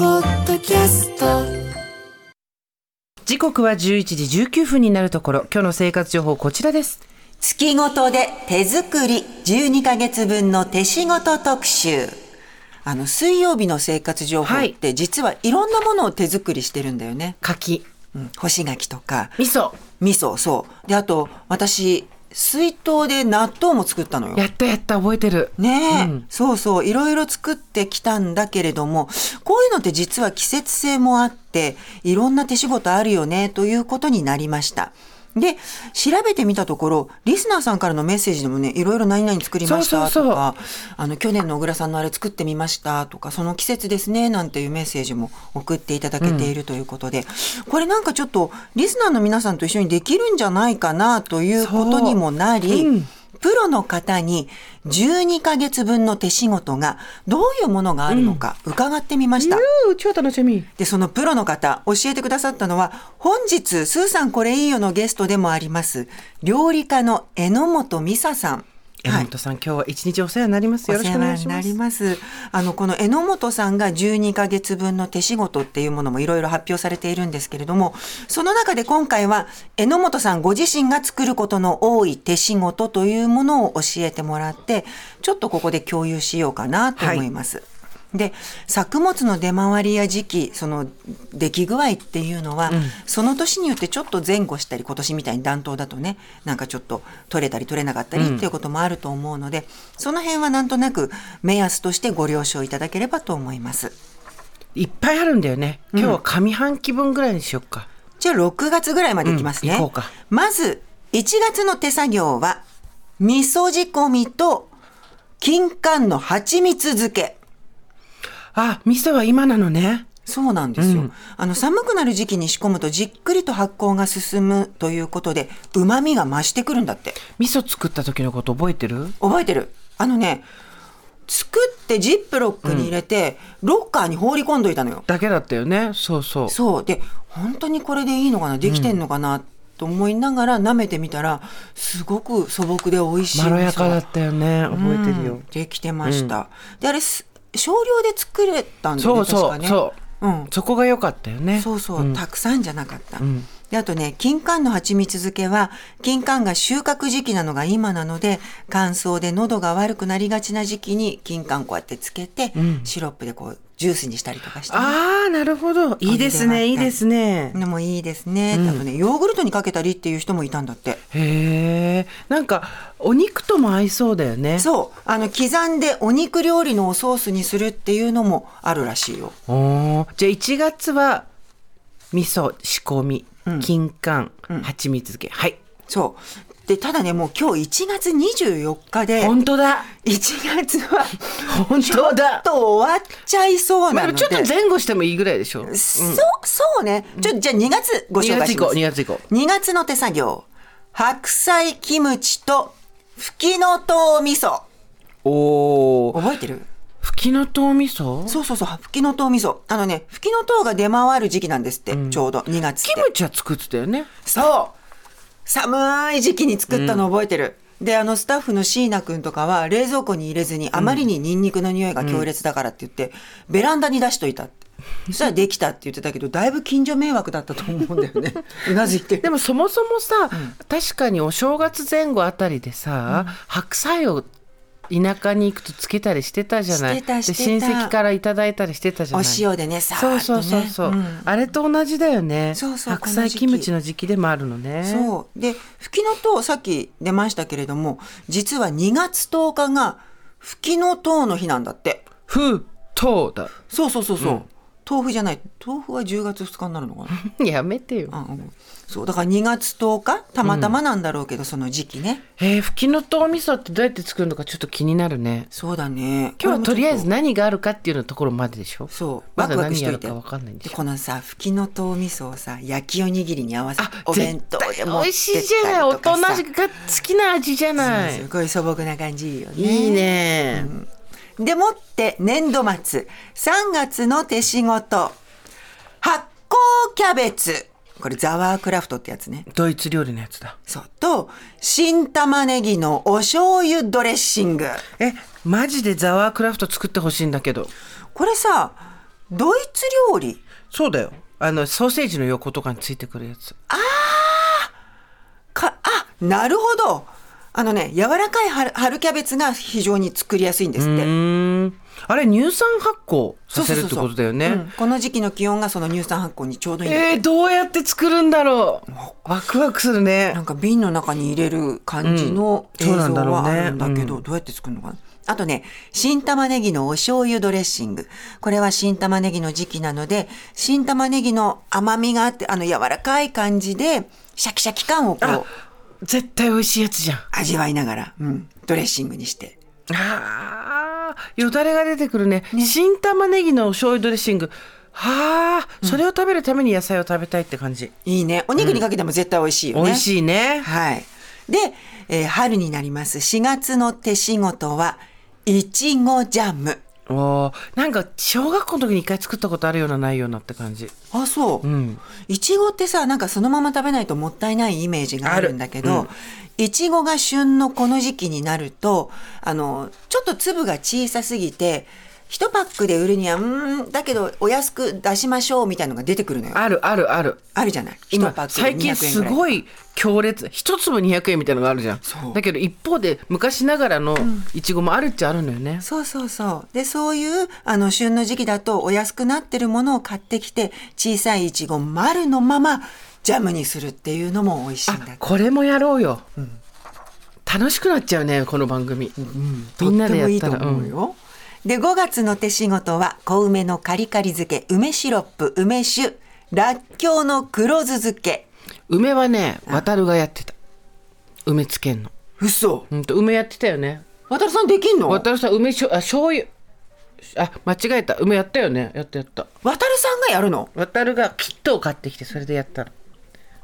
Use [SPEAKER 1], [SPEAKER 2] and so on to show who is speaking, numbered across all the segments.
[SPEAKER 1] キャスト
[SPEAKER 2] 時刻は11時19分になるところ今日の生活情報こちらです
[SPEAKER 3] 月ごとで手作り12ヶ月分の手仕事特集。あの水曜日の生活情報
[SPEAKER 2] は
[SPEAKER 3] っ
[SPEAKER 2] い
[SPEAKER 3] て実はいろんなものを手作りしてるんだよね。
[SPEAKER 2] 柿
[SPEAKER 3] うん、干し柿とか
[SPEAKER 2] 味噌
[SPEAKER 3] 味噌そう。であと私水筒で納豆も作ったのよ。
[SPEAKER 2] やったやった覚えてる
[SPEAKER 3] ねえ、
[SPEAKER 2] うん
[SPEAKER 3] そうそういろいろ作ってきたんだけれどもこういうのって実は季節性もあっていろんな手仕事あるよねということになりました。で調べてみたところリスナーさんからのメッセージでもねいろいろ何々作りましたとか
[SPEAKER 2] そうそうそう
[SPEAKER 3] あの去年の小倉さんのあれ作ってみましたとかその季節ですねなんていうメッセージも送っていただけているということで、これなんかちょっとリスナーの皆さんと一緒にできるんじゃないかなということにもなり、
[SPEAKER 2] そううん
[SPEAKER 3] プロの方に12ヶ月分の手仕事がどういうものがあるのか伺ってみました。
[SPEAKER 2] う超楽しみ
[SPEAKER 3] で、そのプロの方、教えてくださったのは、本日、スーさんこれいいよのゲストでもあります、料理家の榎本美沙さん。
[SPEAKER 2] 山本さん、今日は一日お世話になりますよろしくお願いし
[SPEAKER 3] お世話にな
[SPEAKER 2] ます
[SPEAKER 3] ります。あの、この榎本さんが12ヶ月分の手仕事っていうものもいろいろ発表されているんですけれども、その中で今回は榎本さんご自身が作ることの多い手仕事というものを教えてもらって、ちょっとここで共有しようかなと思います。で作物の出回りや時期その出来具合っていうのは、その年によってちょっと前後したり今年みたいに暖冬だとねなんかちょっと取れたり取れなかったりっていうこともあると思うので、その辺はなんとなく目安としてご了承いただければと思います。
[SPEAKER 2] いっぱいあるんだよね今日は上半期分ぐらいにしよっか、
[SPEAKER 3] じゃあ6月ぐらいまでいきます
[SPEAKER 2] う
[SPEAKER 3] ね。
[SPEAKER 2] ん行こうか
[SPEAKER 3] まず1月の手作業は味噌仕込みと金柑の蜂蜜漬け。
[SPEAKER 2] あ味噌は今なのね
[SPEAKER 3] そうなんですよ、
[SPEAKER 2] うん
[SPEAKER 3] あの寒くなる時期に仕込むとじっくりと発酵が進むということで旨味が増してくるんだって
[SPEAKER 2] 味噌作った時のこと覚えてる
[SPEAKER 3] 覚えてるあのね作ってジップロックに入れて、ロッカーに放り込んどいたのよ
[SPEAKER 2] だけだったよねそうそう
[SPEAKER 3] そうで本当にこれでいいのかなできてんのかな、と思いながら舐めてみたらすごく素朴で美味しい
[SPEAKER 2] まろやかだ
[SPEAKER 3] 味噌が
[SPEAKER 2] ったよね覚えてるよ、
[SPEAKER 3] うんできてました、であれす少量で作れたんだ
[SPEAKER 2] そ
[SPEAKER 3] よね
[SPEAKER 2] うそう、
[SPEAKER 3] 確かね
[SPEAKER 2] そう、
[SPEAKER 3] うん
[SPEAKER 2] そこが良かったよね
[SPEAKER 3] そうそう、
[SPEAKER 2] ん
[SPEAKER 3] たくさんじゃなかった。
[SPEAKER 2] ん
[SPEAKER 3] であとね金柑の蜂蜜漬けは金柑が収穫時期なのが今なので乾燥で喉が悪くなりがちな時期に金柑こうやってつけて、シロップでこうジュースにしたりとかしてね、
[SPEAKER 2] ああなるほどいいですねいいですね
[SPEAKER 3] でもいいですね、あとねヨーグルトにかけたりっていう人もいたんだって
[SPEAKER 2] へえなんかお肉とも合いそうだよね
[SPEAKER 3] そうあの刻んでお肉料理のおソースにするっていうのもあるらしいよ
[SPEAKER 2] おーじゃあ1月は味噌仕込み、金柑、蜂蜜漬けはい
[SPEAKER 3] そうでただねもう今日1月24日で
[SPEAKER 2] 本当だ
[SPEAKER 3] 1月は
[SPEAKER 2] 本当だ
[SPEAKER 3] ちょっと終わっちゃいそう
[SPEAKER 2] まあで
[SPEAKER 3] なの
[SPEAKER 2] もち
[SPEAKER 3] で、
[SPEAKER 2] ょっと前後してもいいぐらいでしょ
[SPEAKER 3] そうそうねちょじゃあ2月ご紹
[SPEAKER 2] 2
[SPEAKER 3] 介
[SPEAKER 2] 月
[SPEAKER 3] し
[SPEAKER 2] 以降
[SPEAKER 3] ます
[SPEAKER 2] 2月以降
[SPEAKER 3] 2月の手作業白菜キムチとふきのとう味噌
[SPEAKER 2] おお
[SPEAKER 3] 覚えてる
[SPEAKER 2] ふきのとう味噌
[SPEAKER 3] そうそうそうふきのとう味噌あのねふきのとうが出回る時期なんですって、ちょうど2月って
[SPEAKER 2] キムチは作ってたよね
[SPEAKER 3] そう寒い時期に作ったの覚えてる、であのスタッフの椎名君とかは冷蔵庫に入れずにあまりにニンニクの匂いが強烈だからって言って、ベランダに出しとい たってそしたらできたって言ってたけどだいぶ近所迷惑だったと思うんだ よねうなずいてる
[SPEAKER 2] でもそもそもさ、確かにお正月前後あたりでさ、白菜を田舎に行くとつけたりしてたじゃない
[SPEAKER 3] してたしてた
[SPEAKER 2] で親戚からいただいたりしてたじゃ
[SPEAKER 3] お
[SPEAKER 2] ない
[SPEAKER 3] 塩でねさーっと
[SPEAKER 2] そう
[SPEAKER 3] ね
[SPEAKER 2] そうそうそう、
[SPEAKER 3] ん
[SPEAKER 2] あれと同じだよね
[SPEAKER 3] そうそう
[SPEAKER 2] 白菜
[SPEAKER 3] この時期
[SPEAKER 2] キムチの時期でもあるのね
[SPEAKER 3] そうでふきのとうさっき出ましたけれども実は2月10日がふきのとうの日なんだって
[SPEAKER 2] ふとうだ
[SPEAKER 3] そうそうそうそう、豆腐じゃない豆腐は10月2日になるのかな
[SPEAKER 2] やめてよ
[SPEAKER 3] あうんそうだから2月10日たまたまなんだろうけど、その時期ね
[SPEAKER 2] えー、ふきのとう味噌ってどうやって作るのかちょっと気になるね
[SPEAKER 3] そうだね
[SPEAKER 2] 今日はとりあえず
[SPEAKER 3] ね
[SPEAKER 2] 何があるかっていうのところまででしょ
[SPEAKER 3] そう
[SPEAKER 2] ま
[SPEAKER 3] ワ
[SPEAKER 2] だ
[SPEAKER 3] クワク
[SPEAKER 2] 何
[SPEAKER 3] し
[SPEAKER 2] やる
[SPEAKER 3] といて
[SPEAKER 2] かわかんないんで
[SPEAKER 3] で
[SPEAKER 2] しょ
[SPEAKER 3] このさふきのとう味噌をさ焼きおにぎりに合わせてお弁当でも
[SPEAKER 2] 美味しいじゃない大人が好きな味じゃない
[SPEAKER 3] すごい素朴な感じいいよね
[SPEAKER 2] いいね、
[SPEAKER 3] でもって年度末3月の手仕事発酵キャベツこれザワークラフトってやつね
[SPEAKER 2] ドイツ料理のやつだ
[SPEAKER 3] そうと新玉ねぎのお醤油ドレッシング
[SPEAKER 2] えマジでザワークラフト作ってほしいんだけど
[SPEAKER 3] これさドイツ料理
[SPEAKER 2] そうだよあのソーセージの横とかについてくるやつ
[SPEAKER 3] かあなるほどあのね柔らかい春春キャベツが非常に作りやすいんですっ
[SPEAKER 2] う
[SPEAKER 3] て
[SPEAKER 2] ーんあれ乳酸発酵させるってことだよね
[SPEAKER 3] そうそうそううんこの時期の気温がその乳酸発酵にちょうどいいんだって
[SPEAKER 2] えー、どうやって作るんだろうワクワクするね
[SPEAKER 3] なんか瓶の中に入れる感じの
[SPEAKER 2] うん
[SPEAKER 3] 映
[SPEAKER 2] そ
[SPEAKER 3] 像
[SPEAKER 2] うなんだろうね
[SPEAKER 3] はあるんだけ
[SPEAKER 2] う
[SPEAKER 3] ど、どうやって作るのかなあとね、新玉ねぎのお醤油ドレッシング。これは新玉ねぎの時期なので、新玉ねぎの甘みがあって、あの柔らかい感じで、シャキシャキ感をこ
[SPEAKER 2] あ
[SPEAKER 3] う、
[SPEAKER 2] 絶対美味しいやつじゃん
[SPEAKER 3] 味わいながら、うん、ドレッシングにして。
[SPEAKER 2] あーよだれが出てくるね新玉ねぎのお醤油ドレッシングはあそれを食べるために野菜を食べたいって感じ、
[SPEAKER 3] いいね。お肉にかけても絶対美味しいよね。
[SPEAKER 2] 美味しいね
[SPEAKER 3] はい。で、えー春になります。4月の手仕事は、いちごジャム。
[SPEAKER 2] おーなんか小学校の時に一回作ったことあるようなないようなって感じ
[SPEAKER 3] あ、そう。
[SPEAKER 2] うん
[SPEAKER 3] いちごってさなんかそのまま食べないともったいないイメージがあるんだけ
[SPEAKER 2] あ
[SPEAKER 3] ど、いちごが旬のこの時期になるとあのちょっと粒が小さすぎて1パックで売るにはうーんだけどお安く出しましょうみたいのが出てくるのよあ
[SPEAKER 2] あるあるある
[SPEAKER 3] るじゃない1
[SPEAKER 2] 今
[SPEAKER 3] パックで200
[SPEAKER 2] 最
[SPEAKER 3] 円ぐら
[SPEAKER 2] 近
[SPEAKER 3] い
[SPEAKER 2] すごい強烈一粒200円みたいなのがあるじゃん
[SPEAKER 3] そう
[SPEAKER 2] だけど一方で昔ながらのいちごもあるっちゃあるのよね、
[SPEAKER 3] そうそうそうでそういうあの旬の時期だとお安くなってるものを買ってきて小さいいちご丸のままジャムにするっていうのも美味しいんだって
[SPEAKER 2] これもやろうよ、楽しくなっちゃうねこの番組、
[SPEAKER 3] とってもいいと
[SPEAKER 2] う
[SPEAKER 3] 思うんよ。で5月の手仕事は小梅のカリカリ漬け梅シロップ梅酒らっきょうの黒酢漬け
[SPEAKER 2] 梅はね渡るがやってた梅つけんの
[SPEAKER 3] 嘘
[SPEAKER 2] うんと梅やってたよね
[SPEAKER 3] 渡さんできんの渡
[SPEAKER 2] 渡るさん梅しょあ醤油あ間違えた梅やったよねやったやった
[SPEAKER 3] さんがやるの
[SPEAKER 2] 渡るがキットを買ってきてそれでやったの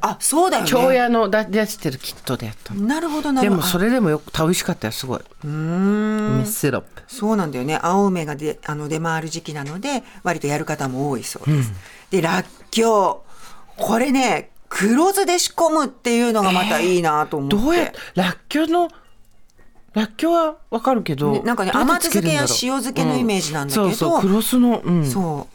[SPEAKER 3] あそうだよね
[SPEAKER 2] 京屋のだ出してるキットでやったの
[SPEAKER 3] なるほどな
[SPEAKER 2] で
[SPEAKER 3] るほ
[SPEAKER 2] も
[SPEAKER 3] ど
[SPEAKER 2] それでもよく美味しかったよすごい梅シロップ
[SPEAKER 3] そうなんだよね青梅がであの出回る時期なので割とやる方も多いそうです、でらっきょうこれね黒酢で仕込むっていうのがまたいいなと思って、
[SPEAKER 2] どうやってらっきょうのらっきょうはわかるけど
[SPEAKER 3] ねなんかね
[SPEAKER 2] どうやってつるんだろう
[SPEAKER 3] 甘酢漬けや塩漬けのイメージなんだけど
[SPEAKER 2] うんそうそう黒酢の、うん、
[SPEAKER 3] そう。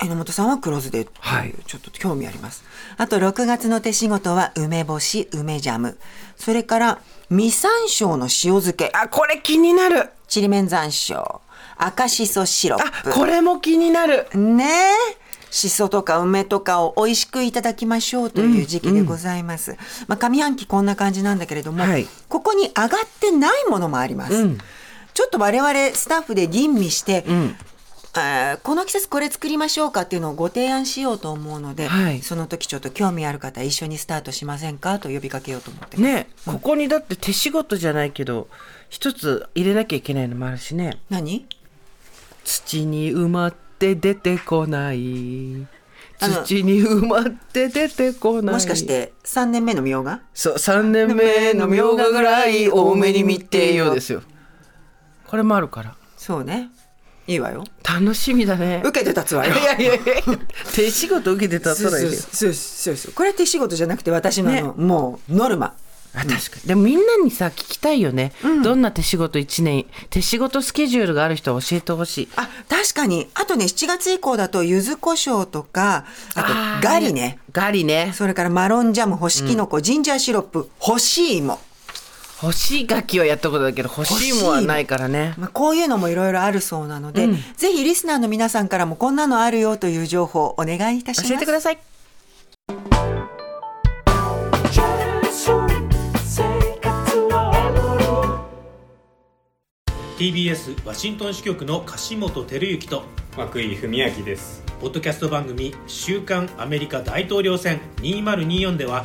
[SPEAKER 3] 榎本さんは黒酢でっていう、
[SPEAKER 2] はい
[SPEAKER 3] ちょっと興味あります。あと6月の手仕事は梅干し、梅ジャム。それから、未山椒の塩漬け、
[SPEAKER 2] あこれ気になる
[SPEAKER 3] ちりめん山椒、赤しそシロッ
[SPEAKER 2] あこれも気になる
[SPEAKER 3] プ。ねえ。しそとか梅とかを美味しくいただきましょうという時期でございます。まあ上半期こんな感じなんだけれども、
[SPEAKER 2] はい
[SPEAKER 3] ここに上がってないものもあります。ちょっと我々スタッフで吟味して、あーこの季節これ作りましょうかっていうのをご提案しようと思うので、
[SPEAKER 2] はい
[SPEAKER 3] その時ちょっと興味ある方一緒にスタートしませんかと呼びかけようと思って、
[SPEAKER 2] ねここにだって手仕事じゃないけど一つ入れなきゃいけないのもあるしね
[SPEAKER 3] 何
[SPEAKER 2] 土に埋まって出てこない
[SPEAKER 3] あの
[SPEAKER 2] 土に埋まって出てこない
[SPEAKER 3] もしかして3年目のみょうが
[SPEAKER 2] そう3年目のみょうがぐらい多めに見てようですよこれもあるから
[SPEAKER 3] そうねいいわよ
[SPEAKER 2] 楽しみだね
[SPEAKER 3] 受けて立つわ
[SPEAKER 2] い
[SPEAKER 3] よ
[SPEAKER 2] やいやいや手仕事受けてた
[SPEAKER 3] そう
[SPEAKER 2] たらいい
[SPEAKER 3] そう
[SPEAKER 2] よ
[SPEAKER 3] そうそうそうこれって仕事じゃなくて私のあの、もうノルマ
[SPEAKER 2] あ確かにでもみんなにさ聞きたいよね、どんな手仕事1年手仕事スケジュールがある人は教えてほしい
[SPEAKER 3] あ確かにあとね7月以降だと柚子胡椒とかあとガリね
[SPEAKER 2] ガリね
[SPEAKER 3] それからマロンジャム干しきのこ、ジンジャーシロップ干し芋
[SPEAKER 2] 干し柿はやったことだけど干し芋はないからね
[SPEAKER 3] まあ、こういうのもいろいろあるそうなので、ぜひリスナーの皆さんからもこんなのあるよという情報をお願いいたします。
[SPEAKER 2] 教えてください
[SPEAKER 1] 生活は踊る
[SPEAKER 4] TBS ワシントン支局の樫本照之と
[SPEAKER 5] 涌井文明です
[SPEAKER 4] ポッドキャスト番組「週刊アメリカ大統領選2024」では